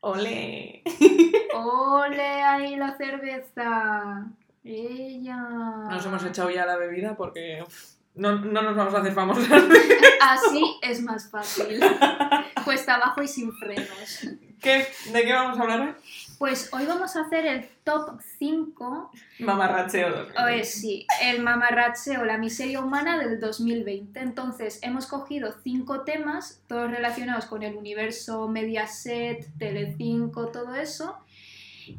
Ole. ¡Ole! ¡Ahí la cerveza! ¡Ella! Nos hemos echado ya la bebida porque uf, no, no nos vamos a hacer famosos. Así es más fácil. Cuesta abajo y sin frenos. ¿Qué? ¿De qué vamos a hablar hoy? Pues hoy vamos a hacer el top 5, Mamarracheo. 2020. o es sí, el mamarracheo, la miseria humana del 2020. Entonces, hemos cogido cinco temas, todos relacionados con el universo Mediaset, Telecinco, todo eso.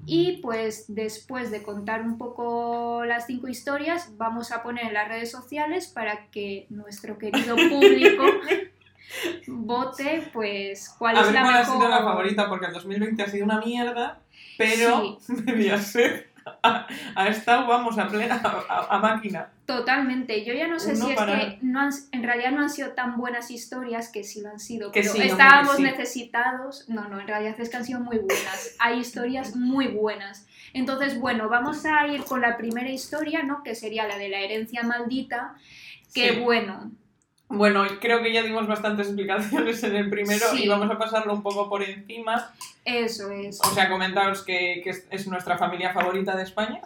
Y pues después de contar un poco las cinco historias, vamos a poner en las redes sociales para que nuestro querido público vote pues cuál A es ver la cuál ha mejor. sido la favorita, porque el 2020 ha sido una mierda, pero debía ser. Ha, ha estado, vamos, a, plena, a, a máquina. Totalmente. Yo ya no sé No si es para. que no han- en realidad no han sido tan buenas historias que sí lo han sido, Que pero sí, hombre, que estábamos sí. necesitados. No, no, en realidad es que han sido muy buenas. Hay historias muy buenas. Entonces, bueno, vamos a ir con la primera historia, ¿no? Que sería la de la herencia maldita. Que Sí. bueno, Bueno, creo que ya dimos bastantes explicaciones en el primero Sí. y vamos a pasarlo un poco por encima. eso es. O sea, comentaros que, que es, es nuestra familia favorita de España.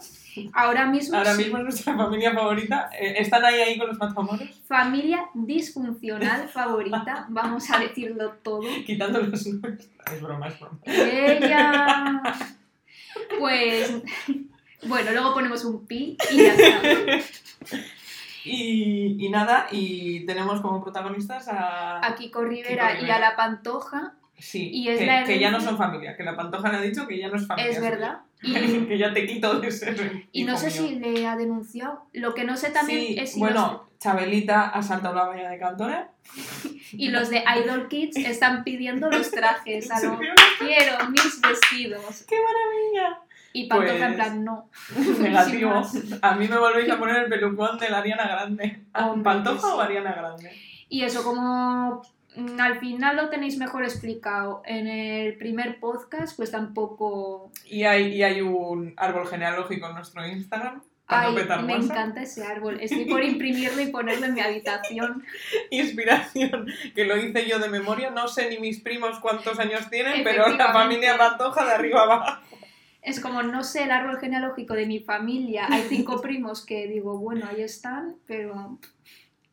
Ahora mismo, Ahora sí, mismo es nuestra familia favorita. Eh, ¿Están ahí ahí con los matamoros? familia disfuncional favorita, vamos a decirlo todo. Quitando los nuestros. Es broma, es broma. Ella. Pues. Bueno, luego ponemos un pi y ya está. Y, y nada, y tenemos como protagonistas a... A Kiko Rivera y a la Pantoja, Sí, Y es que, la que ya no herencia- son familia, que la Pantoja le ha dicho que ya no es familia. es verdad. Y, que ya te quito de ser. y no hijo sé mío. si le ha denunciado. Lo que no sé también Sí, es si bueno, Chabelita ha saltado la valla de Cantona. los, y los de Idol Kids están pidiendo los trajes. A lo ¿En serio? quiero mis vestidos. ¡Qué maravilla! Y Pantoja en Pues- plan, no. Negativo. Sin más. A mí me volvéis a poner el pelucón de la Ariana Grande. Hombre, ¿Pantoja sí. o Ariana Grande? Y eso, como mm, al final lo tenéis mejor explicado en el primer podcast, pues tampoco Y hay, y hay un árbol genealógico en nuestro Instagram. Para Ay, no petar me guasa. encanta ese árbol. Estoy por imprimirlo y ponerlo en mi habitación. Inspiración, que lo hice yo de memoria. No sé ni mis primos cuántos años tienen, pero la Efectivamente. familia Pantoja de arriba abajo. Es como, no sé, el árbol genealógico de mi familia. Hay cinco primos que digo, bueno, ahí están, pero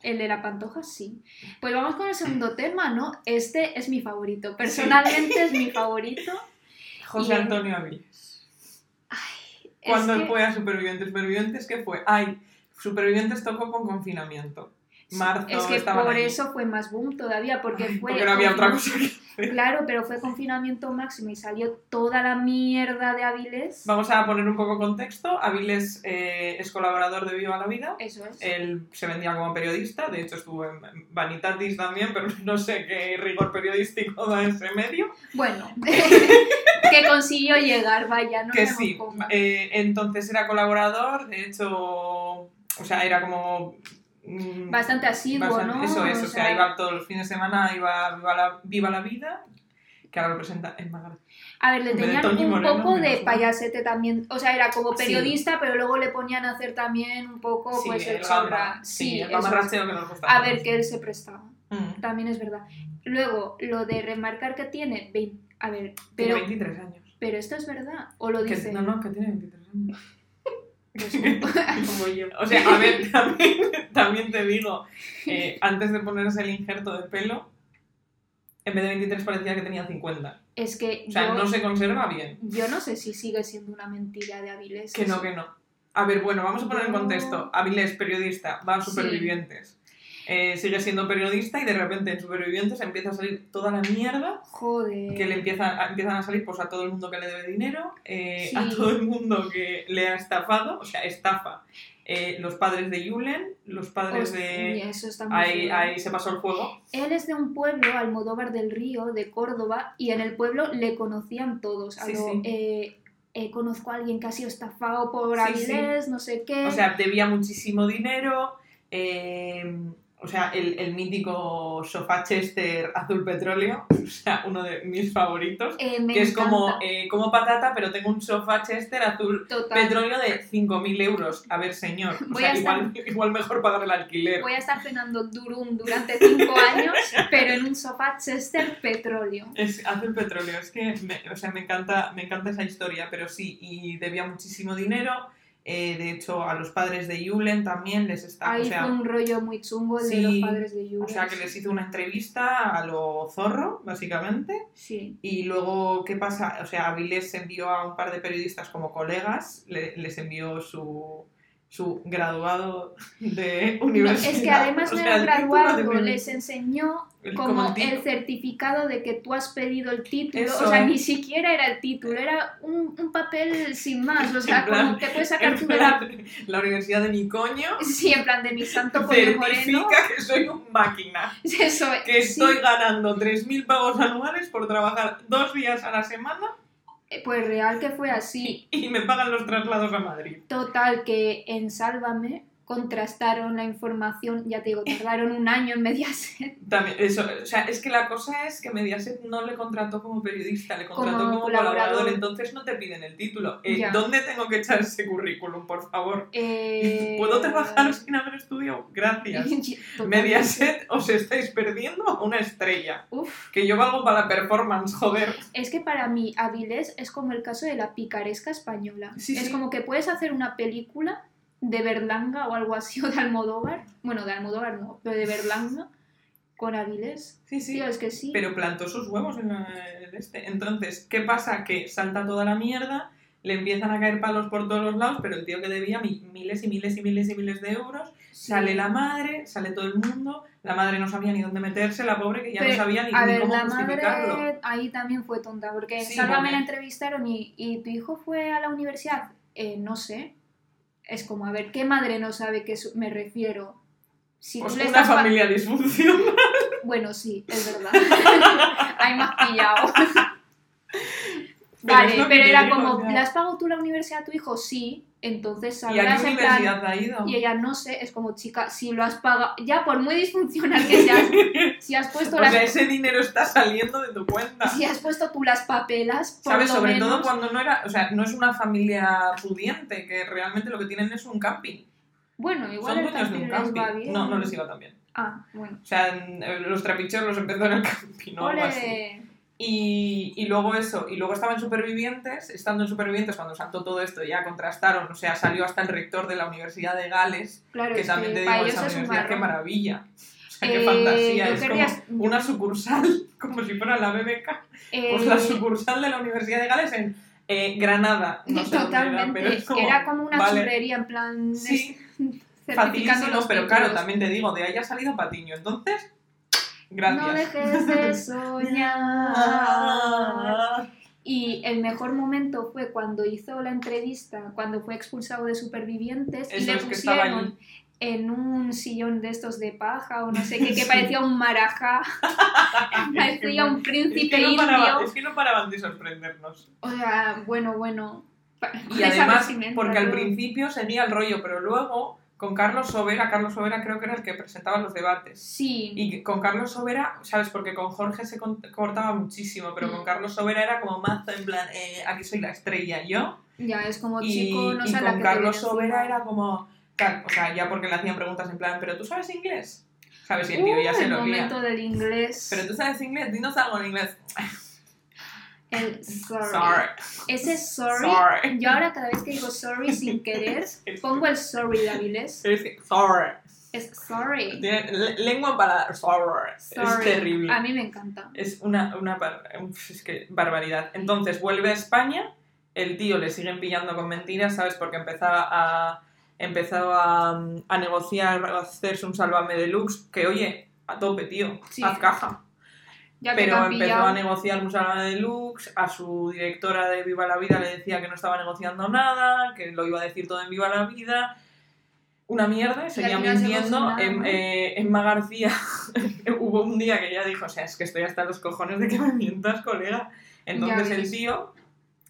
el de la pantoja sí. Pues vamos con el segundo tema, ¿no? Este es mi favorito. Personalmente es mi favorito. José Y- Antonio Avilés. Es Cuando que- fue a Supervivientes, Supervivientes, ¿qué fue? Ay, Supervivientes tocó con confinamiento. Marzo es que estaban por ahí. eso fue más boom todavía, porque fue... Porque no había otra cosa. Claro, pero fue confinamiento máximo y salió toda la mierda de Avilés. Vamos a poner un poco contexto. Aviles eh, es colaborador de Viva la Vida. Eso es. Él se vendía como periodista, de hecho estuvo en Vanitatis también, pero no sé qué rigor periodístico da ese medio. Bueno, que consiguió llegar, vaya, no que me sí, pongo. eh, entonces era colaborador, de hecho, o sea, era como... mm, Bastante asiduo, Bastante- ¿no? Eso es, o, O sea, sea- iba todos los fines de semana, iba a Viva la, Viva la Vida, que ahora lo presenta Emma García. A ver, le Hombre, tenían Toñi un Moreno, poco menos de mal. payasete también, o sea, era como Sí. periodista, pero luego le ponían a hacer también un poco, Sí, pues, el el gamba, chorra. sí, el eso es. mamarracheo que nos gusta. A ver, que él se prestaba, Mm, también es verdad. Luego, lo de remarcar que tiene 20, a ver, Tiene pero, 23 años. pero esto es verdad, o lo Que- dice. no, no, que tiene 23 años. Pues, un- Como yo. O sea, a ver, también, también te digo, eh, antes de ponerse el injerto de pelo, en vez de 23 parecía que tenía 50. es que O sea, yo, no se conserva bien. yo no sé si sigue siendo una mentira de Avilés. Que no, que no. A ver, bueno, vamos a poner en No. contexto. Avilés, periodista, va a Sí. Supervivientes. Eh, sigue siendo periodista y de repente en Supervivientes empieza a salir toda la mierda Joder. que le empieza, a- empiezan a salir pues a todo el mundo que le debe dinero, eh, a Sí. todo el mundo que le ha estafado, o sea, estafa. Eh, los padres de Yulen, los padres de... Hostia, Pues, eso está muy Ahí, feo. ahí se pasó el juego. Él es de un pueblo, Almodóvar del Río, de Córdoba, y en el pueblo le conocían todos. A Sí, lo, sí. eh, eh, conozco a alguien que ha sido estafado por Sí, sí. Avilés, no sé qué. O sea, debía muchísimo dinero. eh, O sea, el, el mítico sofá Chester azul petróleo, o sea, uno de mis favoritos. Eh, me que es como, encanta. eh, como patata, pero tengo un sofá Chester azul Total. petróleo de 5.000 euros. A ver, señor. O Voy sea, a estar- igual, igual mejor pagar el alquiler. Voy a estar cenando durum durante cinco años, pero en un sofá Chester petróleo. Es azul petróleo, es que me, o sea, me, encanta, me encanta esa historia, pero sí, y debía muchísimo dinero. eh, de hecho, a los padres de Yulen también les está. Ahí Ah, o sea, fue un rollo muy chungo el de sí, los padres de Jules. O sea, que les hizo una entrevista a lo zorro, básicamente. Sí. Y luego, ¿qué pasa? O sea, Avilés envió a un par de periodistas como colegas, le- les envió su, su graduado de No, universidad. es que además O no sea, era un el título de graduado, periodista, les enseñó el- como el título. el certificado de que tú has pedido el título, Eso o sea, es. ni siquiera era el título, era un, un papel sin más, o En sea, plan, como te puedes sacar tú En de la... plan, la universidad de mi coño Sí, en plan de mi santo pollo moreno. certifica que soy un máquina, Eso, que sí, estoy ganando 3.000 pagos anuales por trabajar dos días a la semana pues real que fue así. y me pagan los traslados a Madrid. Total, que en Sálvame contrastaron la información, ya te digo, tardaron un año en Mediaset También, eso, o sea, es que la cosa es que Mediaset no le contrató como periodista, le contrató Como como, colaborador. colaborador. entonces no te piden el título. Eh, Ya. ¿Dónde tengo que echar ese currículum, por favor? Eh, ¿Puedo trabajar sin haber estudiado? Gracias. Total. Mediaset, os estáis perdiendo a una estrella. Uf, Que yo valgo para la performance, joder. es que para mí Avilés es como el caso de la picaresca española. Sí, es sí. como que puedes hacer una película de Berlanga o algo así, o de Almodóvar. Bueno, de Almodóvar no, pero de Berlanga con Avilés. Sí, sí. Tío, es que sí. Pero plantó sus huevos en la- en este. Entonces, ¿qué pasa? Que salta toda la mierda, le empiezan a caer palos por todos los lados, pero el tío que debía mi- miles y miles y miles y miles de euros, Sí. sale la madre, sale todo el mundo, la madre no sabía ni dónde meterse, la pobre que ya Pero, no sabía ni, A ni ver, cómo la justificarlo. madre ahí también fue tonta, porque en Sí, Sálvame vale. la entrevistaron y, y tu hijo fue a la universidad. Eh, no sé. Es como, a ver, ¿qué madre no sabe que me refiero? Si Pues tú le una estás pa- familia disfuncional. Bueno, sí, es verdad. Hay más pillado. Pero vale, es lo que pero te era digo, como, o sea, ¿le has pagado tú la universidad a tu hijo? Sí, entonces ¿Y a sabrás qué en plan- universidad ha ido? Y ella, no sé, es como, chica, si lo has pagado... Ya, por muy disfuncional que seas, si has puesto o las sea, ese dinero está saliendo de tu cuenta. Si has puesto tú las papelas, por ¿Sabes? lo Sobre menos, todo cuando no era, o sea, no es una familia pudiente, que realmente lo que tienen es un camping. Bueno, igual Son el dueños de un camping les va camping. bien. No, no les iba tan bien. Ah, bueno. O sea, en- eh, los trapicheos los empezó en el camping, ¿no? Algo así. Ole. Y, y luego eso, y luego estaban supervivientes, estando en supervivientes cuando saltó todo esto ya contrastaron, o sea, salió hasta el rector de la Universidad de Gales, Claro, que es también te que digo, para esa ellos es un universidad, qué marrón. maravilla. O sea, qué Eh, fantasía, yo es querría- como una sucursal, como si fuera la BBK, Eh, pues la sucursal de la Universidad de Gales en eh, Granada, no sé dónde era, totalmente. pero es como... Era como una vale. churrería, en plan... Sí, es- certificando Facilísimo, los pero claro, títulos. también te digo, de ahí ha salido Patiño, entonces, gracias. No dejes de soñar. Ah. Y el mejor momento fue cuando hizo la entrevista, cuando fue expulsado de Supervivientes y Eso le es que estaba pusieron en un sillón de estos de paja o no sé qué, que Sí. parecía un marajá, parecía un es príncipe que, no indio. paraban, es que no paraban de sorprendernos. O sea, bueno, bueno. Pa- Y ya sabes además, si me entra porque al luego. principio seguía el rollo, pero luego con Carlos Sobera, Carlos Sobera creo que era el que presentaba los debates. Sí, Y con Carlos Sobera, ¿sabes? Porque con Jorge se con- cortaba muchísimo, pero Mm. con Carlos Sobera era como mazo, en plan, eh, aquí soy la estrella yo. ya es como y, Oh, chico, no y sé a la con que te Carlos viene Sobera encima. era como, ca- o sea, ya porque le hacían preguntas en plan, ¿pero tú sabes inglés? ¿Sabes? Y el Uh, tío ya se el lo olía. momento del inglés. ¿Pero tú sabes inglés? Dinos algo en inglés. El sorry. Sorry, Ese sorry. sorry. Yo ahora cada vez que digo sorry sin querer, pongo el sorry de Avilés. Es que Sorry. Es sorry. Tiene le- lengua para sorry. Es Sorry. Ah, terrible. A mí me encanta. Es una, una bar- uf, es que barbaridad. Entonces vuelve a España, el tío le siguen pillando con mentiras, ¿sabes? Porque empezaba a, empezaba a, mm, a negociar, a hacerse un salvame deluxe, que oye, a tope, tío, Sí. haz caja. Ya que te Pero han empezó pillado. a negociar un salvame deluxe, a su directora de Viva la Vida le decía que no estaba negociando nada, que lo iba a decir todo en Viva la Vida. Una mierda, y seguía final se consumaba, mintiendo. Em- ¿no? eh, Emma García hubo un día que ella dijo, o sea, es que estoy hasta los cojones de que me mientas, colega. Entonces Ya ves. el tío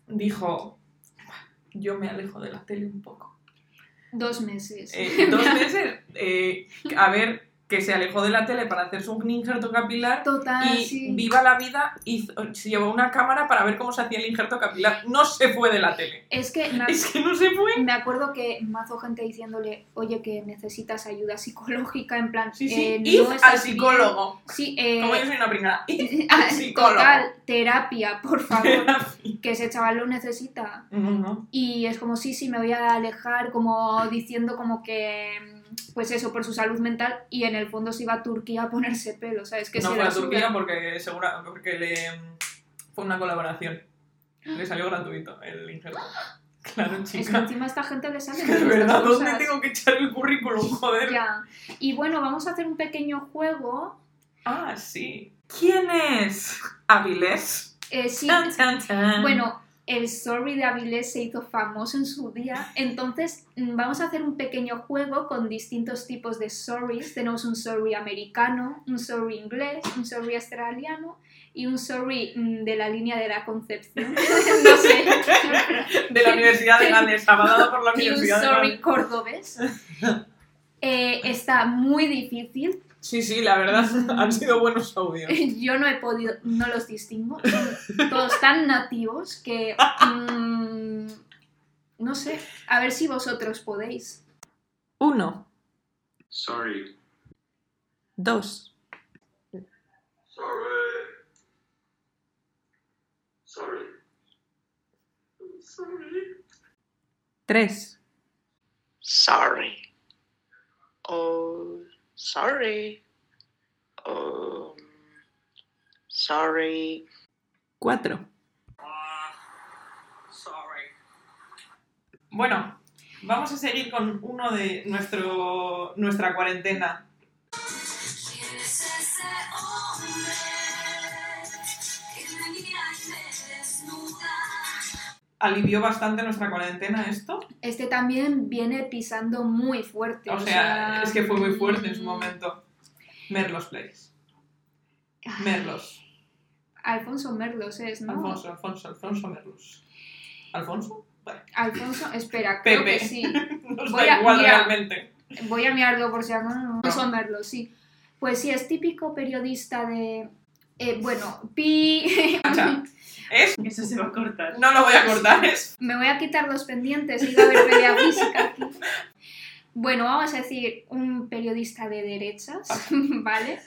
dijo, yo me alejo de la tele un poco. Dos meses. Eh, dos meses, eh, a ver, que se alejó de la tele para hacerse un injerto capilar Total, y Ah, sí. viva la vida hizo- se llevó una cámara para ver cómo se hacía el injerto capilar. No se fue de la tele. Es que me, Es que no se fue. me acuerdo que mazo gente diciéndole, oye, que necesitas ayuda psicológica, en plan, Sí, sí. eh, Id no al estás psicólogo. bien". Sí, eh, Como yo soy una pringada. Id ah, psicólogo. total, terapia, por favor, al fin. que ese chaval lo necesita. No, no. Y es como, sí, sí, me voy a alejar, como diciendo como que, mm, pues eso, por su salud mental, y en el fondo se iba a Turquía a ponerse pelo, ¿sabes? Que no se fue la a Turquía suda. porque, segura, porque le, fue una colaboración. Le salió gratuito el injerto. Claro, Es que chica. encima a esta gente le sale Es que de verdad, ¿dónde tengo que echar el currículum? Joder. Ya. Y bueno, vamos a hacer un pequeño juego. Ah, sí. ¿Quién es Avilés? Eh, sí, Tan, tan, tan. Bueno, el Sorry de Avilés se hizo famoso en su día, entonces mm, vamos a hacer un pequeño juego con distintos tipos de sorries. Tenemos un sorry americano, un sorry inglés, un sorry australiano y un sorry mm, de la línea de la Concepción, no sé, De la Universidad de Gales, avalado por la y un Universidad de sorry Gales. cordobés. Eh, está muy difícil, Sí, sí, la verdad, han sido buenos audios. yo no he podido, no los distingo, son todos tan nativos que... mm, no sé, a ver si vosotros podéis. Uno, Sorry. dos, Sorry. Sorry. Sorry. tres, Sorry. Oh, sorry. Um, sorry. cuatro. Bueno, vamos a seguir con uno de nuestro, nuestra cuarentena. ¿Quién es ese hombre que me mira y me desnuda? ¿Alivió bastante nuestra cuarentena esto? Este también viene pisando muy fuerte. mm, O sea, es que fue muy fuerte en su momento. Merlos Plays. Merlos. Alfonso Merlos es, Ah. ¿no? Alfonso, Alfonso, Alfonso Merlos. ¿Alfonso? Vale. Alfonso- espera, creo Pepe. que sí. Nos Voy da a- igual mira. realmente. Voy a mirarlo por si acaso. Alfonso Merlos, sí. Pues sí, es típico periodista de. eh, bueno, pi. Cacha. Eso se va a cortar. No lo voy a cortar, es Me voy a quitar los pendientes y va a haber pelea física aquí. Bueno, vamos a decir un periodista de derechas, ¿vale?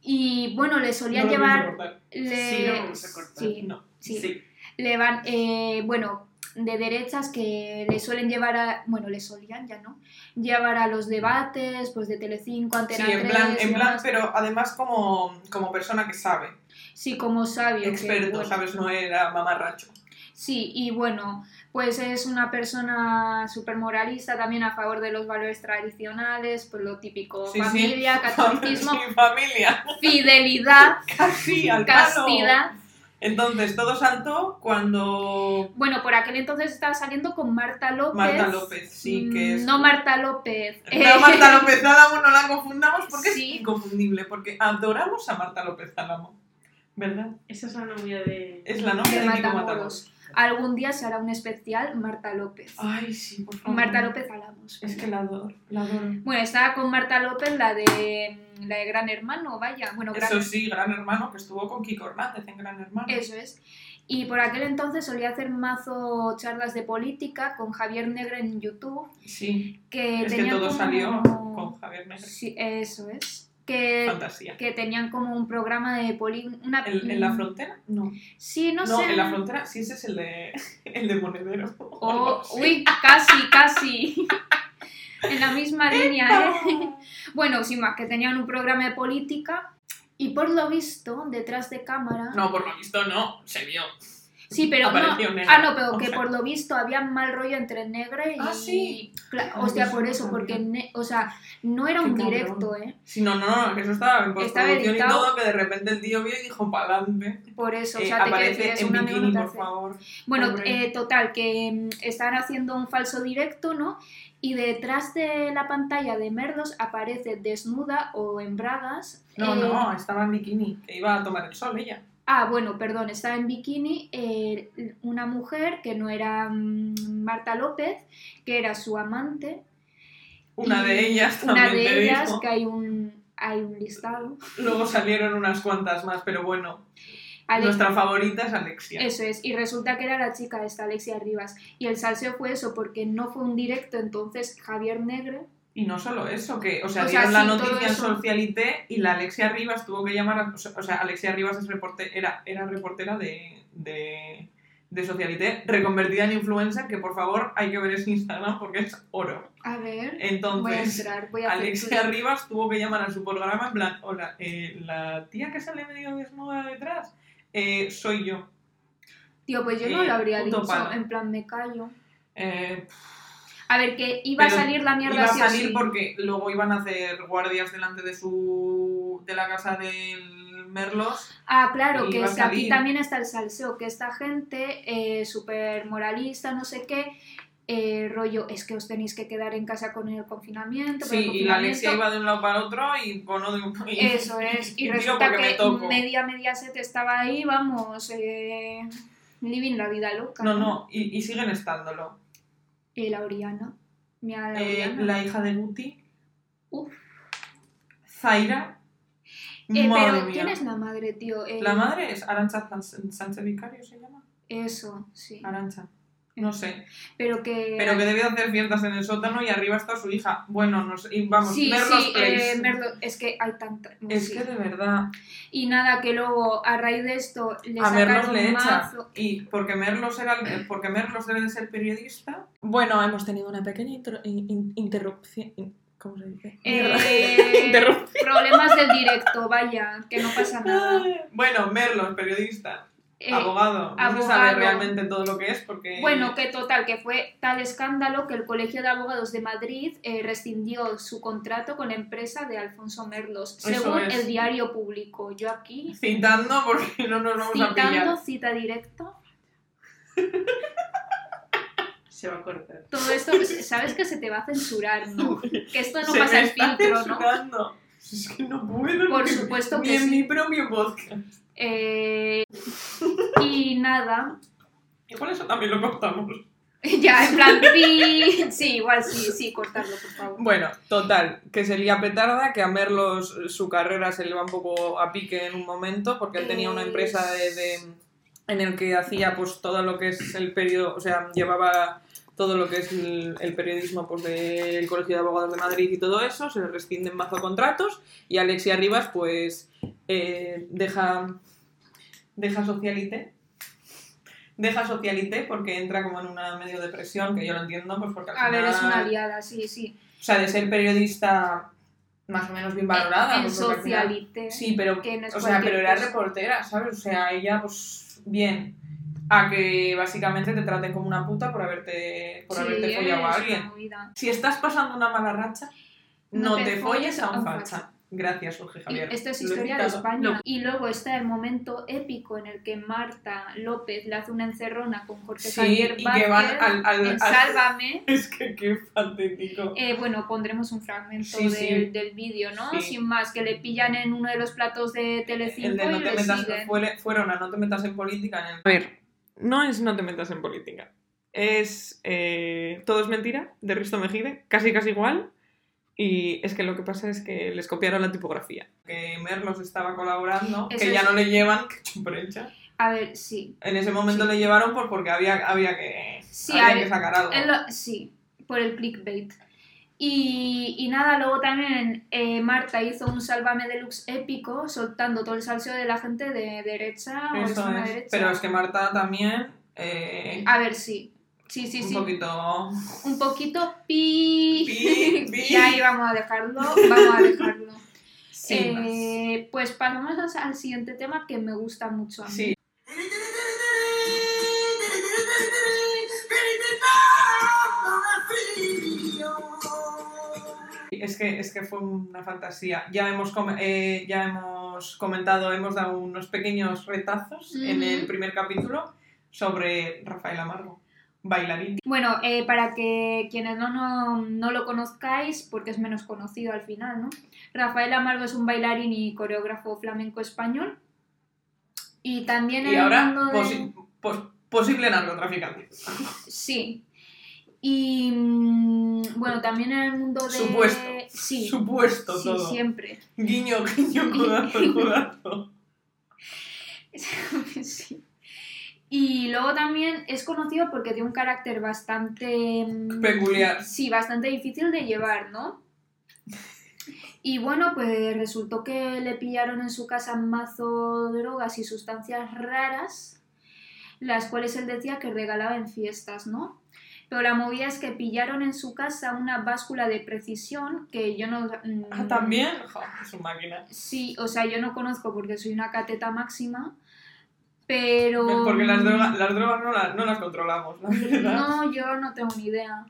Y bueno, le solía no lo voy a llevar. cortar. le- Sí, lo vamos a cortar. sí, No. sí. Sí. le van, eh, bueno, de derechas que le suelen llevar a, bueno, le solían ya, ¿no? Llevar a los debates, pues de Telecinco, Sí, Antena en 3 plan, y en plan demás. pero además como, como persona que sabe, Sí, como sabio. que, experto, bueno, ¿sabes? No era mamarracho. Sí, y bueno, pues es una persona súper moralista, también a favor de los valores tradicionales, pues lo típico, Sí, sí. familia, catolicismo, Sí, familia. fidelidad, Casi, al palo. castidad. Entonces, todo saltó cuando Bueno, por aquel entonces estaba saliendo con Marta López. Mm, Marta López, sí, que es... No Marta López. No, Marta López Álamo, no la confundamos porque Eh, Sí. es inconfundible, porque adoramos a Marta López Álamo, ¿verdad? Esa es la novia de. Es la de novia de Nico Matamoros. Matamoros. Algún día se hará un especial Marta López. Ay, sí, por favor. Marta López Alamos. Ah, Es que la adoro, la adoro. Bueno, estaba con Marta López, la de la de Gran Hermano, vaya. Bueno, Gran- Eso sí, Gran Hermano, que estuvo con Kiko Hernández en Gran Hermano. eso es. Y por aquel entonces solía hacer mazo charlas de política con Javier Negre en YouTube, Sí, que es que tenían todo eh, como- Eh, salió con Javier Negre. Sí, eso es. Que, Fantasía. que tenían como un programa de poli... Una... ¿En, en la frontera? No. Sí, mm. no, No, sé. en la frontera sí, ese es el de, el de Monedero. o algo Oh, así. uy, casi, casi. en la misma línea, ¿eh? Bueno, sin más, que tenían un programa de política y por lo visto, detrás de cámara. No, por lo visto no, se vio. sí, pero no. Apareció negro. Ah, no, pero O que sea, por lo visto había mal rollo entre Negre y. Ah, sí. Cla- Ah, hostia, eso por no eso, sabía. porque. ne- O sea, no era Qué un cabrón. directo, ¿eh? Sí, no, no, no, que eso estaba en Estaba postproducción y editado. todo, que de repente el tío vio y dijo, pa'lante. Por eso, o Eh, sea, te quiero decir, aparece es en una bikini, anécdota. por favor. Bueno, Hombre. eh, total, que mm, están haciendo un falso directo, ¿no? Y detrás de la pantalla de Merdos aparece desnuda o en bragas. No, eh, no, estaba en bikini, que iba a tomar el sol ella. Ah, bueno, perdón, estaba en bikini eh, una mujer que no era mm, Marta López, que era su amante. Una Y de ellas también Una de te ellas, digo. que hay un, hay un listado. Luego salieron unas cuantas más, pero bueno, Ale- nuestra favorita es Alexia. Eso es, y resulta que era la chica esta, Alexia Rivas. Y el salseo fue eso, porque no fue un directo, entonces Javier Negre. Y no solo eso, que, o sea, O sea, dieron la sí, todo noticia en eso. Socialité y la Alexia Rivas tuvo que llamar, a, o sea- o sea, Alexia Rivas es reporte- era, era reportera de, de, de Socialité, reconvertida en influencer, que por favor hay que ver ese Instagram porque es oro. A ver, voy a Entonces, entrar, voy a hacer Alexia clic. Rivas tuvo que llamar a su programa en plan, hola, eh, la tía que sale medio desnuda detrás, eh, soy yo. Tío, pues yo no eh, lo habría punto dicho, palo. en plan me callo. Eh, A ver, que iba Pero a salir la mierda Iba a sí o salir sí. porque luego iban a hacer guardias delante de su de la casa del Merlos. Ah, claro, iba que a es que aquí salir. también está el salseo, que esta gente eh, súper moralista, no sé qué, eh, rollo, es que os tenéis que quedar en casa con el confinamiento. con el Sí, y la Alexia confinamiento". iba de un lado para otro y con otro. y- Eso es, y y tiro resulta porque me que toco. media, media set estaba ahí, vamos, eh, living la vida loca. No, no, y, y siguen estándolo. Eh, la Oriana. Mira, la Eh, Oriana. la hija de Guti. Uf. Zaira. Eh, Madre pero, mía. ¿quién es la madre, tío? Eh, La madre es Arancha Sánchez Vicario, se llama. Eso, sí. Eh, Arancha. No sé. Pero que... Pero que debió hacer fiestas en el sótano y arriba está su hija. Bueno, no sé, y vamos, Sí, Merlos sí, Place. eh, Merlo- es que hay tanta Es sí. que de verdad. Y nada, que luego a raíz de esto le a Merlos sacaron le un echa. mazo. Y porque Merlos, era, el- porque Merlos debe de ser periodista. Bueno, hemos tenido una pequeña interrupción. ¿Cómo se dice? Eh, Interrumpe. problemas del directo, vaya, que no pasa nada. Ah, Bueno, Merlos, periodista, Eh, abogado. No se sabe abogado. realmente todo lo que es porque. Bueno, que total, que fue tal escándalo que el Colegio de Abogados de Madrid eh, rescindió su contrato con la empresa de Alfonso Merlos, Eso según es. el diario público. Yo aquí, Citando porque no nos vamos a citando pillar. cita directa, Se va a cortar. todo esto, sabes que se te va a censurar, ¿no? Que esto no Se pasa me el está filtro, ¿no? censurando. Es que no puedo. Por ni- supuesto ni que en sí. mi propio podcast. Eh, y nada, Igual eso también lo contamos. ya, en plan, pi. sí, igual sí, sí, cortarlo, por favor. Bueno, total, que se lía petarda, que a Merlos eh, su carrera se le va un poco a pique en un momento, porque él tenía una empresa de, de- en el que hacía pues todo lo que es el periodo, o sea, llevaba todo lo que es el, el periodismo pues del Colegio de Abogados de Madrid y todo eso, se le rescinden mazo contratos y Alexia Rivas pues eh, deja, deja Socialite. Deja Socialite porque entra como en una medio depresión, que yo lo entiendo, pues porque al A ver, es final- una aliada, sí, sí. o sea, de ser periodista más o menos bien valorada. En pues, porque al final- socialite. Sí, pero, que pues, no es o sea, cualquier pero era cosa. reportera, ¿sabes? O sea, ella, pues, bien. A que básicamente te traten como una puta por haberte, por Sí, haberte follado a es alguien. una movida. Si estás pasando una mala racha, no, te, folles a un facha. facha. Gracias, Jorge Y Javier. Esto es Lo he historia de citado. España. No. Y luego está el momento épico en el que Marta López le hace una encerrona con Jorge Sí, Javier y Vázquez que van al... al- en al- Sálvame. Es que qué patético. Eh, bueno, pondremos un fragmento Sí, del, sí. del vídeo, ¿no? Sí. Sin más, que le pillan en uno de los platos de Telecinco El de no y te le metas, siguen. fue- fueron a no te metas en política. En el... A ver, no es no te metas en política. Es eh, todo es mentira, de Risto Mejide, casi casi igual. Y es que lo que pasa es que les copiaron la tipografía. Que Merlos estaba colaborando, Eso que ya es. no le llevan, que chumprecha. A ver, sí. En ese momento Sí. le llevaron por porque había, había, que, Sí, había a ver, que sacar algo. En lo- sí, por el clickbait. Y, y nada, luego también eh, Marta hizo un Sálvame Deluxe épico, soltando todo el salseo de la gente de derecha o Eso extrema es. derecha. Pero es que Marta también. eh, A ver, sí. Sí, Ah, sí, un sí. poquito. Un poquito pi. Pi, pi. Y ahí vamos a dejarlo, vamos a dejarlo. Sí. Eh, pues pasamos al siguiente tema que me gusta mucho a mí. Sí, Es que, es que fue una fantasía. Ya hemos, com- eh, ya hemos comentado, hemos dado unos pequeños retazos en Ujú. el primer capítulo sobre Rafael Amargo, bailarín. Bueno, eh, para que quienes no, no, no lo conozcáis, porque es menos conocido al final, ¿no? Rafael Amargo es un bailarín y coreógrafo flamenco español. Y también en Y el ahora, mundo de- posi- pos- posible narcotraficante. Sí. Y mm, bueno, también en el mundo de. Supuesto. Sí, Supuesto sí, todo. siempre. Guiño, guiño, codazo, codazo. Sí. Y luego también es conocido porque tiene un carácter bastante... mm, Peculiar. Sí, bastante difícil de llevar, ¿no? Y bueno, pues resultó que le pillaron en su casa mazo drogas y sustancias raras, las cuales él decía que regalaba en fiestas, ¿no? Pero la movida es que pillaron en su casa una báscula de precisión que yo no... mm, Ah, también. Jo, es una máquina. Sí, o sea, yo no conozco porque soy una cateta máxima, pero... mm, Porque las drogas, las drogas no, las, no las controlamos, la verdad. No, yo no tengo ni idea.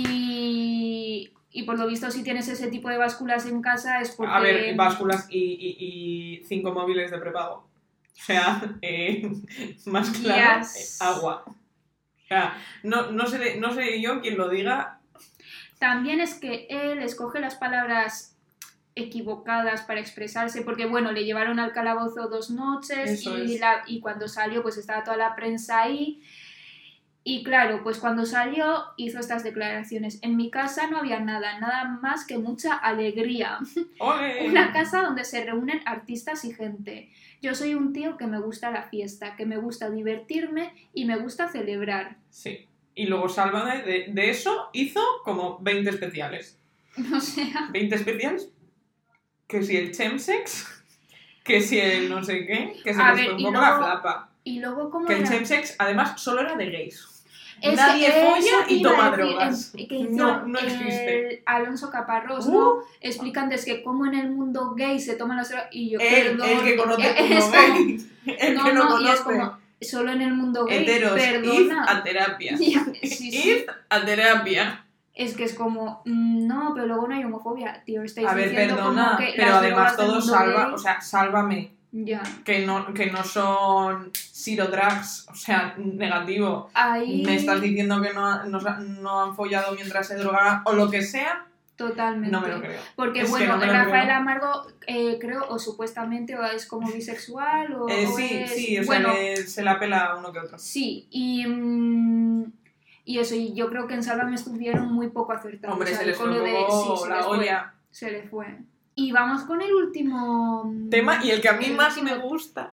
Y, y por lo visto si tienes ese tipo de básculas en casa es porque... A ver, básculas y, y, y cinco móviles de prepago. O sea, eh, más claro, Yes. eh, agua. O sea, no, no, seré, no seré yo quien lo diga. También es que él escoge las palabras equivocadas para expresarse, porque bueno, le llevaron al calabozo dos noches Eso y, es. la- y cuando salió pues estaba toda la prensa ahí. Y claro, pues cuando salió hizo estas declaraciones. En mi casa no había nada, nada más que mucha alegría. ¡Ole! Una casa donde se reúnen artistas y gente. Yo soy un tío que me gusta la fiesta, que me gusta divertirme y me gusta celebrar. Sí. Y luego Sálvame, de, de eso hizo como 20 especiales. O sea, 20 especiales. Que si el chemsex, que si el no sé qué, que se A les ver, fue un y poco luego- la flapa. y luego como... Que el chemsex, además, solo era de gays. Es Nadie que folla eso y iba toma a decir, drogas. em- que No, hicieron no existe. el Alonso Caparrós, Uh. ¿no? Explicando es que cómo en el mundo gay se toman las drogas y yo... El, perdón, el que conoce es como como- gay. El no, que no, no, y es conoce. como, solo en el mundo gay, Heteros, id a perdona. terapia. Sí, sí. Id a terapia. Es que es como, mm, no, pero luego no hay homofobia, tío. Estáis A ver, diciendo perdona, como que pero las además drogas del todo mundo salva, gay- o sea, sálvame. Ya. Que no, que no son sirodrags, o sea, negativo. Ahí. me estás diciendo que no, ha- no se ha- no han follado mientras se drogaban o lo que sea, Totalmente. no me lo creo. Porque Es que bueno, no me lo Rafael creo. Amargo, eh, creo, o supuestamente o es como bisexual o. Eh, o sí, es- sí, o sea, bueno, le- se la pela a uno que otro. Sí, y. mm, y eso, y yo creo que en Salva me estuvieron muy poco acertados. Hombre, o sea, se les con lo fue de- sí, se les la fue, olla. Se les fue. Y vamos con el último. mm, Tema y el que a mí el más último me gusta.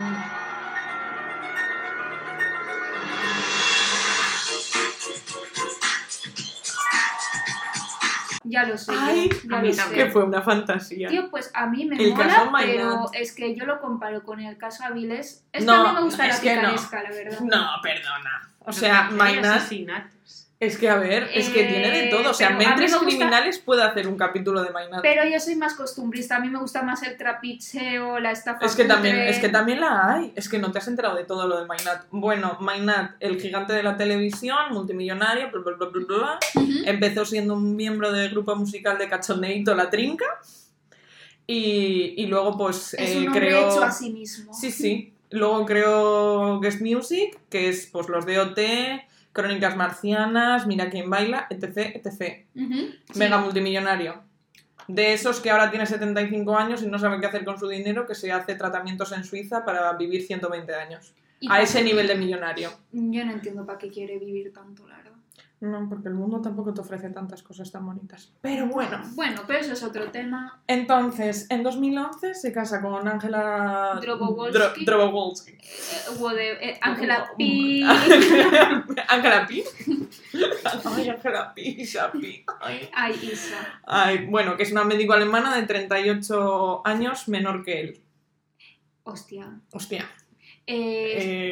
Ya lo sé. Ay, yo, ya a mí lo sé. también. fue una fantasía. Tío, pues a mí me El mola, caso Maynard. pero es que yo lo comparo con el caso Avilés. Es No, que a mí me gusta la es que no. picaresca, la verdad. No, perdona. O sea, Mainas, asesinatos. es que a ver, es que Eh, tiene de todo. O sea, pero a mí Mentes me gusta- Criminales puede hacer un capítulo de Mainas. Pero yo soy más costumbrista, a mí me gusta más el trapicheo, la estafa. Es que, también, cutre. es que también la hay. Es que no te has enterado de todo lo de Mainat. Bueno, Mainat, el gigante de la televisión, multimillonario, bla, bla, bla, bla, bla. Ujú. Empezó siendo un miembro del grupo musical de Cachondeito La Trinca. Y, y luego, pues, Es eh, un hombre creó. hecho a sí mismo. Sí, sí. Luego creó Guest Music, que es pues los DOT, Crónicas Marcianas, Mira quién baila, etc, etc. Ujú. Mega multimillonario. De esos que ahora tiene 75 años y no sabe qué hacer con su dinero, que se hace tratamientos en Suiza para vivir 120 años. Y A pa- ese nivel de millonario. Yo no entiendo para qué quiere vivir tanto, la verdad. No, porque el mundo tampoco te ofrece tantas cosas tan bonitas. Pero bueno. Bueno, pero eso es otro tema. Entonces, en 2011 se casa con Ángela Drobowolski. Dro- Drobowolski. Eh, o de eh, Ángela Pi. Ángela Pi. Ay, Ángela Pi, Isa Pi. Ay. Ay, Isa. Ay, bueno, que es una médico alemana de 38 años menor que él. Hostia. Hostia. Eh,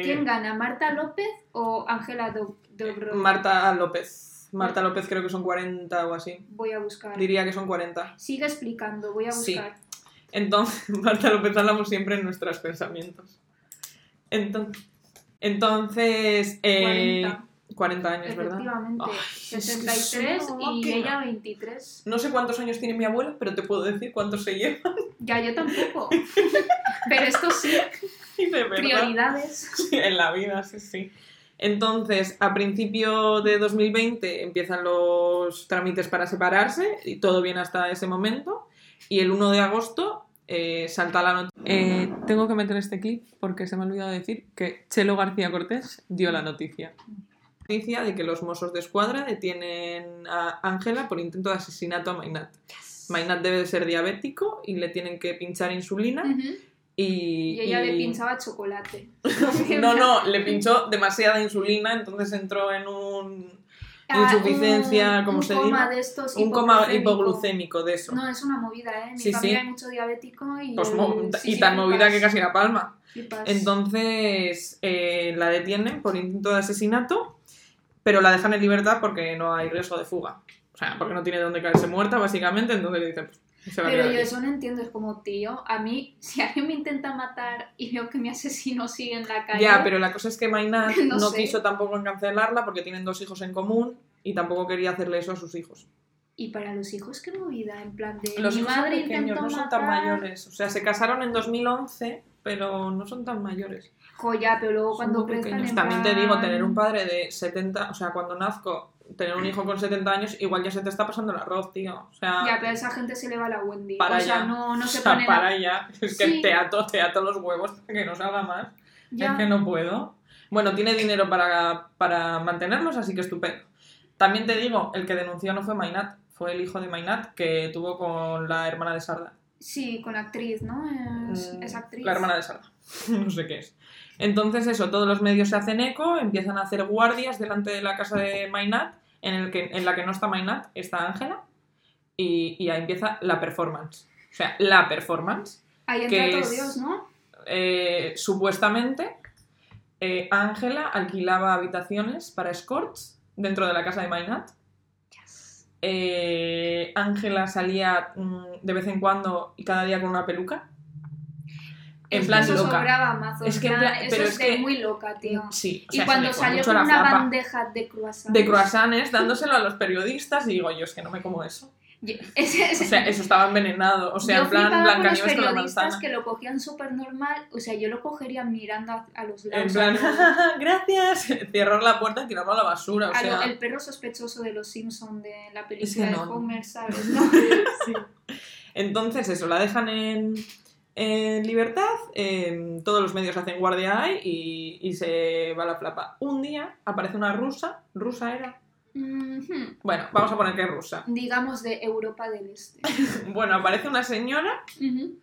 Eh, ¿Quién gana, Marta López o Ángela Do- Dobro? Marta López. Marta López creo que son 40 o así. Voy a buscar. Diría que son 40. Sigue explicando, voy a Sí. buscar. Entonces, Marta López hablamos siempre en nuestros pensamientos. Enton- Entonces, eh, 40, 40 años, ¿verdad? efectivamente. Ay, es que 63 es una y máquina. ella 23. No sé cuántos años tiene mi abuela, pero te puedo decir cuántos se lleva. Ya yo tampoco. Pero esto sí, Y de verdad. prioridades. Sí, en la vida, sí, sí. Entonces, a principio de 2020 empiezan los trámites para separarse y todo bien hasta ese momento. Y el 1 de agosto eh, salta la noticia. Eh, tengo que meter este clip porque se me ha olvidado decir que Chelo García Cortés dio la noticia. noticia de que los Mossos de Escuadra detienen a Ángela por intento de asesinato a Mainat. Mainat debe de ser diabético y le tienen que pinchar insulina y... Mm. Y ella le y- pinchaba chocolate. No, no, le pinchó demasiada insulina, entonces entró en un... Ah, insuficiencia, un- como un se coma diga, de estos Un coma hipoglucémico. hipoglucémico de eso. No, es una movida, ¿eh? Mi Sí, sí. familia hay mucho diabético y... Pues mo- sí, y sí, tan movida flipas, que casi la palma. flipas. Entonces eh, la detienen por intento de asesinato, pero la dejan en libertad porque no hay riesgo de fuga. O sea, porque no tiene dónde caerse muerta, básicamente. Entonces le dicen, pues, se va a Pero quedar yo aquí. eso no entiendo, es como, tío, a mí, si alguien me intenta matar y veo que mi asesino sigue en la calle... Ya, pero la cosa es que Mainat no, No sé. quiso tampoco cancelarla porque tienen dos hijos en común y tampoco quería hacerle eso a sus hijos. Y para los hijos, qué movida, en plan de... Los mi hijos son madre pequeños, intentó no son tan matar- mayores. O sea, se casaron en 2011, pero no son tan mayores. Jo, ya, pero luego Son cuando muy crezcan pequeños. en También te plan- digo, tener un padre de 70, o sea, cuando nazco, tener un hijo con 70 años, igual ya se te está pasando el arroz, tío. O sea, Ya, pero a esa gente se le va la Wendy. para o sea, ya. no, no se O sea, ponen... a- para ya. Es que Sí. te, ato, te ato los huevos para que no salga más. Ya. Es que no puedo. Bueno, tiene dinero para, para mantenerlos, así que estupendo. También te digo, el que denunció no fue Mainat, fue el hijo de Mainat que tuvo con la hermana de Sarda. Sí, con la actriz, ¿no? Es, Mm, es actriz. La hermana de Sara. No sé qué es. Entonces, eso, todos los medios se hacen eco, empiezan a hacer guardias delante de la casa de Mainat, en, el que, en la que no está Mainat, está Ángela, y, y ahí empieza la performance. O sea, la performance. Ahí que entra es- todo Dios, ¿no? Eh, supuestamente, eh, Ángela alquilaba habitaciones para escorts dentro de la casa de Mainat. Eh, Ángela salía mm, de vez en cuando y cada día con una peluca. En Es que plan eso loca. sobraba mazo, Es que en en plan- plan, pero eso es es de que- muy loca, tío. Sí, o Y sea, se cuando le fue salió mucho con la una zapa bandeja de croissants. de croissants dándoselo a los periodistas y digo, yo es que no me como eso. Ye- ese- O ese- sea, eso estaba envenenado. O sea, yo en plan flipaba con los Blancanieves con la periodistas manzana. que lo cogían súper normal. O sea, yo lo cogería mirando a, a los lados. En plan, a todo. gracias. Cerrar la puerta y tirarlo a la basura. O A lo- sea, el perro sospechoso de los Simpsons de la Es que película no. de Homer, ¿sabes? No. Entonces, eso, la dejan en, en libertad, em, todos los medios hacen guardia ahí y, y se va la flapa. Un día aparece una rusa, rusa era, Mhm. bueno, vamos a poner que es rusa. Digamos de Europa del Este. Bueno, aparece una señora Ujú.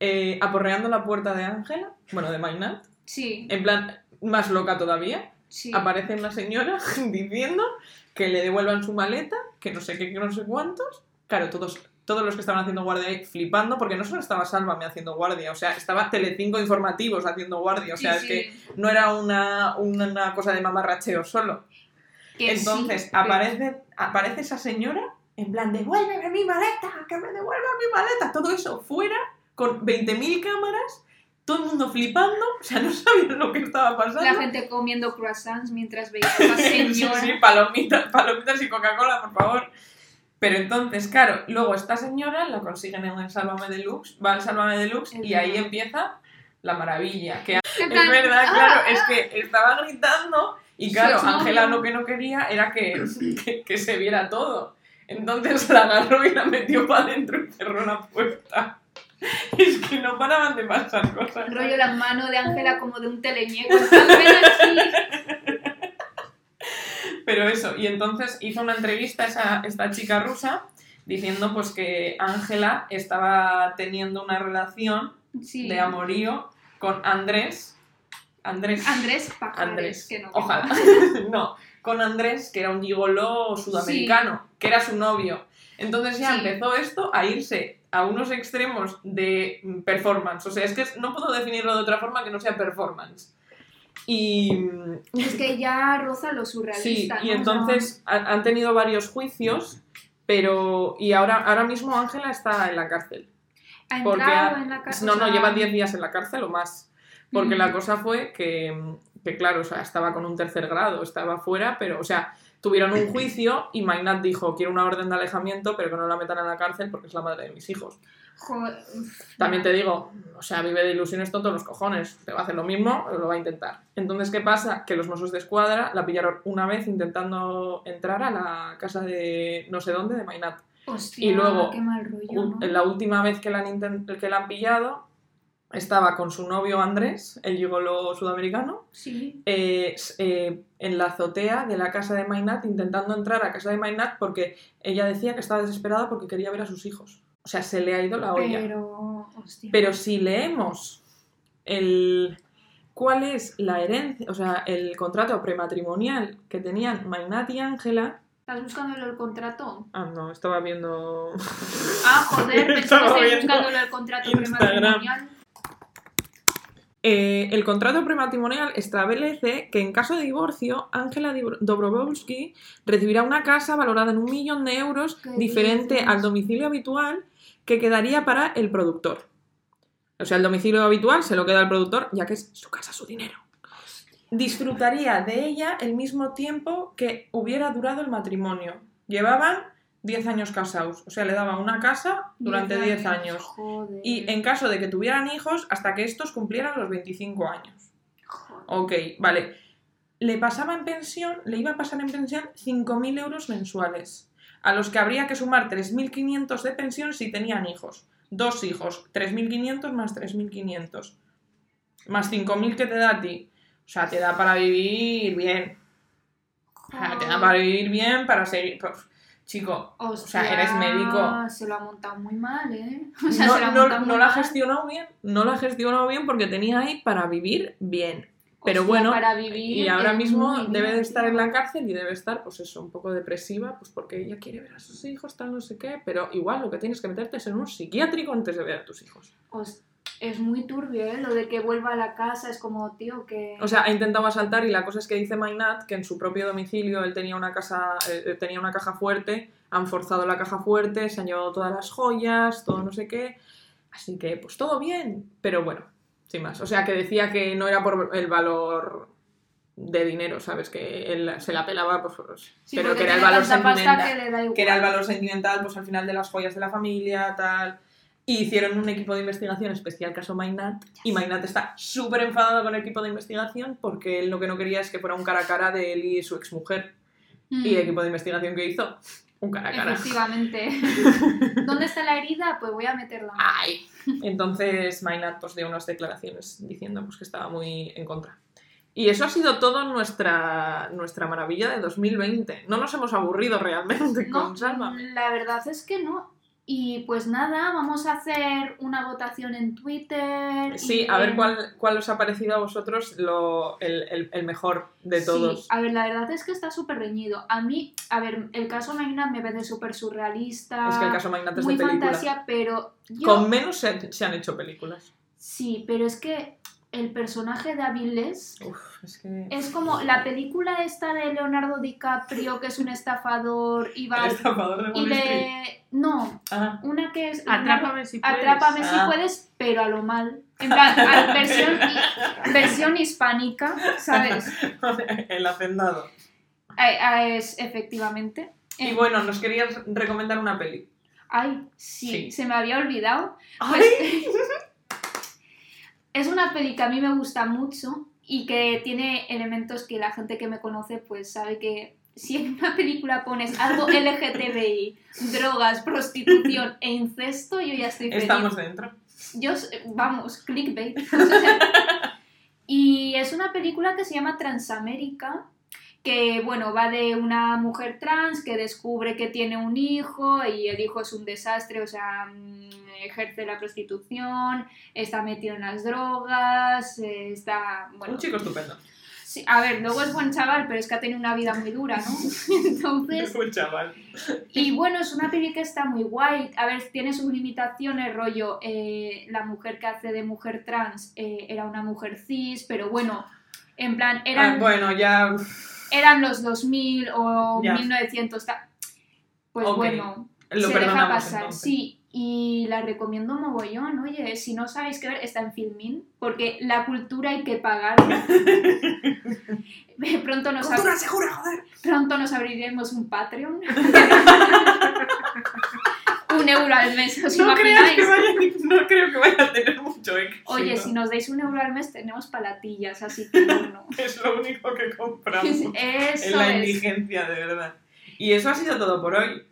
eh, aporreando la puerta de Ángela, bueno, de Mainat, Sí, en plan, más loca todavía. sí. Aparece una señora diciendo que le devuelvan su maleta, que no sé qué, que no sé cuántos. Claro, todos, todos los que estaban haciendo guardia ahí flipando, porque no solo estaba Sálvame haciendo guardia, o sea, estaba Telecinco Informativos haciendo guardia, o sea, Sí, es sí. que no era una, una cosa de mamarracheo solo. Que sí, Entonces, pero- aparece, aparece esa señora en plan, devuélveme mi maleta, que me devuelva mi maleta. Todo eso fuera, con 20.000 cámaras, todo el mundo flipando, o sea, no sabían lo que estaba pasando. La gente comiendo croissants mientras veía a la Sí, sí, señora. sí, palomitas, palomitas y Coca-Cola, por favor. Pero entonces, claro, luego esta señora la consiguen en el Sálvame Deluxe, va al Sálvame Deluxe Es y ahí verdad. empieza la maravilla. Que En es plan, verdad, "Ah". claro, es que estaba gritando y claro, Sí, sí. Ángela lo que no quería era que, que, que se viera todo. Entonces la agarró y la metió para adentro y cerró la puerta. Es que no paraban de pasar cosas. Rollo la mano de Ángela como de un teleñeco. en plan, "Ven aquí". Pero eso, y entonces hizo una entrevista esa, esta chica rusa diciendo pues que Ángela estaba teniendo una relación Sí. de amorío con Andrés. Andrés. Andrés Pajares, Andrés. que no. Ojalá. no, con Andrés, que era un gigoló sudamericano, que era su novio. Entonces ya Sí. empezó esto a irse a unos extremos de mm, performance. O sea, es que es- no puedo definirlo de otra forma que no sea performance. Y, mm, Es que ya roza lo Sí, surrealista. y ¿no? entonces ha- han tenido varios juicios, pero. Y ahora, ahora mismo Ángela está en la cárcel. O sea, ha porque entrado ha- en la casa. No, o no, sea, lleva 10 días en la cárcel o más. Porque Mm. la cosa fue que, que, claro, o sea, estaba con un tercer grado, estaba fuera, pero, o sea, tuvieron un juicio y Maynard dijo: Quiero una orden de alejamiento, pero que no la metan en la cárcel porque es la madre de mis hijos. jo- uf, También te digo, o sea, vive de ilusiones tontos los cojones. Te va a hacer lo mismo, pero lo va a intentar. Entonces, ¿qué pasa? Que los Mossos de Escuadra la pillaron una vez intentando entrar a la casa de no sé dónde, de Mainat. Hostia, y luego, qué mal rollo. Un- ¿no? La última vez que la han, inten- que la han pillado, estaba con su novio Andrés, el gigolo sudamericano, Sí. eh, s- eh, en la azotea de la casa de Mainat intentando entrar a casa de Mainat porque ella decía que estaba desesperada porque quería ver a sus hijos. O sea, se le ha ido la olla. Pero, Pero. Hostia. si leemos el cuál es la herencia, o sea, el contrato prematrimonial que tenían Mainat y Ángela. ¿Estás buscando el contrato? Ah, no, estaba viendo. Ah, joder, pensé que Estaba estoy viendo buscando el contrato Instagram. prematrimonial. Eh, el contrato prematrimonial establece que en caso de divorcio, Ángela Dib- Dobrovolsky recibirá una casa valorada en un millón de euros ¿Qué diferente dices? al domicilio habitual que quedaría para el productor. O sea, el domicilio habitual se lo queda al productor ya que es su casa, su dinero. Disfrutaría de ella el mismo tiempo que hubiera durado el matrimonio. Llevaban 10 años casados, o sea, le daba una casa durante 10 años. Joder. Y en caso de que tuvieran hijos, hasta que estos cumplieran los 25 años. Joder. Ok, vale. Le pasaba en pensión, le iba a pasar en pensión 5.000 euros mensuales, a los que habría que sumar 3.500 de pensión si tenían hijos. Dos hijos, 3.500 más 3.500. Más 5.000 que te da a ti. O sea, te da para vivir bien. O sea, Ah, te da para vivir bien, para seguir... pues, chico, Hostia, sea, eres médico. Se lo ha montado muy mal, ¿eh? O sea, no, se lo ha no- montado no muy la mal. gestionó bien, no la gestionó bien porque tenía ahí para vivir bien. Pero Hostia, bueno, para vivir y ahora es mismo muy debe de bien, estar tío. en la cárcel y debe estar, pues eso, un poco depresiva, pues porque ella quiere ver a sus hijos, tal, no sé qué. Pero igual lo que tienes que meterte es en un psiquiátrico antes de ver a tus hijos. Hos- Es muy turbio, ¿eh? Lo de que vuelva a la casa es como, tío, que. O sea, ha intentado asaltar y la cosa es que dice Mainat que en su propio domicilio él tenía una casa, eh, tenía una caja fuerte, han forzado la caja fuerte, se han llevado todas las joyas, todo no sé qué. Así que, pues todo bien, pero bueno, sin más. O sea, que decía que no era por el valor de dinero, ¿sabes? Que él se la pelaba, pues, pues, Sí, pero que porque era el tiene valor tanta pasta sentimental. que le da igual. Que era el valor sentimental, pues al final de las joyas de la familia, tal. Y hicieron un equipo de investigación especial caso Mainat. Y Mainat está súper enfadado con el equipo de investigación porque él lo que no quería es que fuera un cara a cara de él y su exmujer. Mm, Y el equipo de investigación que hizo, un cara a cara. Efectivamente. ¿Dónde está la herida? Pues voy a meterla. Ay. Entonces Mainat pues, dio unas declaraciones diciendo pues, que estaba muy en contra. Y eso ha sido todo nuestra, nuestra maravilla de 2020. No nos hemos aburrido realmente No, mm, con Sálvame. la verdad es que no. Y pues nada, vamos a hacer una votación en Twitter. y Sí, a ver en- cuál, cuál os ha parecido a vosotros lo, el, el- el mejor de Sí, todos. a ver, la verdad es que está súper reñido. A mí, a ver, el caso Magna me parece súper surrealista. es que el caso Magnate es de ah, muy película. fantasía, pero yo... Con menos se han, se han hecho películas. Sí, pero es que el personaje de Avilés Uf, es que. es como la película esta de Leonardo DiCaprio, que es un estafador y va... El estafador de Y Wall Street. le... No, Ah, una que es... Atrápame si puedes. Atrápame si Ah. puedes, pero a lo mal. En plan, a- versión, hi- versión hispánica, ¿sabes? el hacendado. Ah, ah, es efectivamente. Y bueno, nos querías recomendar una peli. Ay, sí, Sí. se me había olvidado. ¡Ay! Pues- es una peli que a mí me gusta mucho y que tiene elementos que la gente que me conoce pues sabe que si en una película pones algo LGTBI, drogas, prostitución e incesto, yo ya estoy feliz. Estamos dentro. Yo, s- vamos, clickbait. O sea, y es una película que se llama Transamérica, que, bueno, va de una mujer trans que descubre que tiene un hijo y el hijo es un desastre, o sea, mm, ejerce la prostitución, está metido en las drogas, eh, está, bueno... Un chico estupendo. sí, a ver, luego es buen chaval, pero es que ha tenido una vida muy dura, ¿no? Entonces... Un chaval. Ah, Y bueno, es una peli que está muy guay. A ver, tiene sus limitaciones, rollo. eh, la mujer que hace de mujer trans eh, era una mujer cis, pero bueno, en plan, Ah, eran, bueno, ya. eran los 2000 o Ya. 1900. ta- Pues Ok, bueno, Lo se perdonamos. deja pasar. entonces. Sí, y la recomiendo mogollón. Oye, si no sabéis qué ver, está en Filmin, porque la cultura hay que pagarla. Pronto nos, ab- Cultura segura, joder. Pronto nos abriremos un Patreon. un euro al mes, ¿os No creo, imagináis? que vaya, no creo que vaya a tener mucho éxito. Oye, si nos dais un euro al mes tenemos palatillas, así que bueno. Es lo único que compramos. Eso en la es. indigencia, de verdad. Y eso ha sido todo por hoy.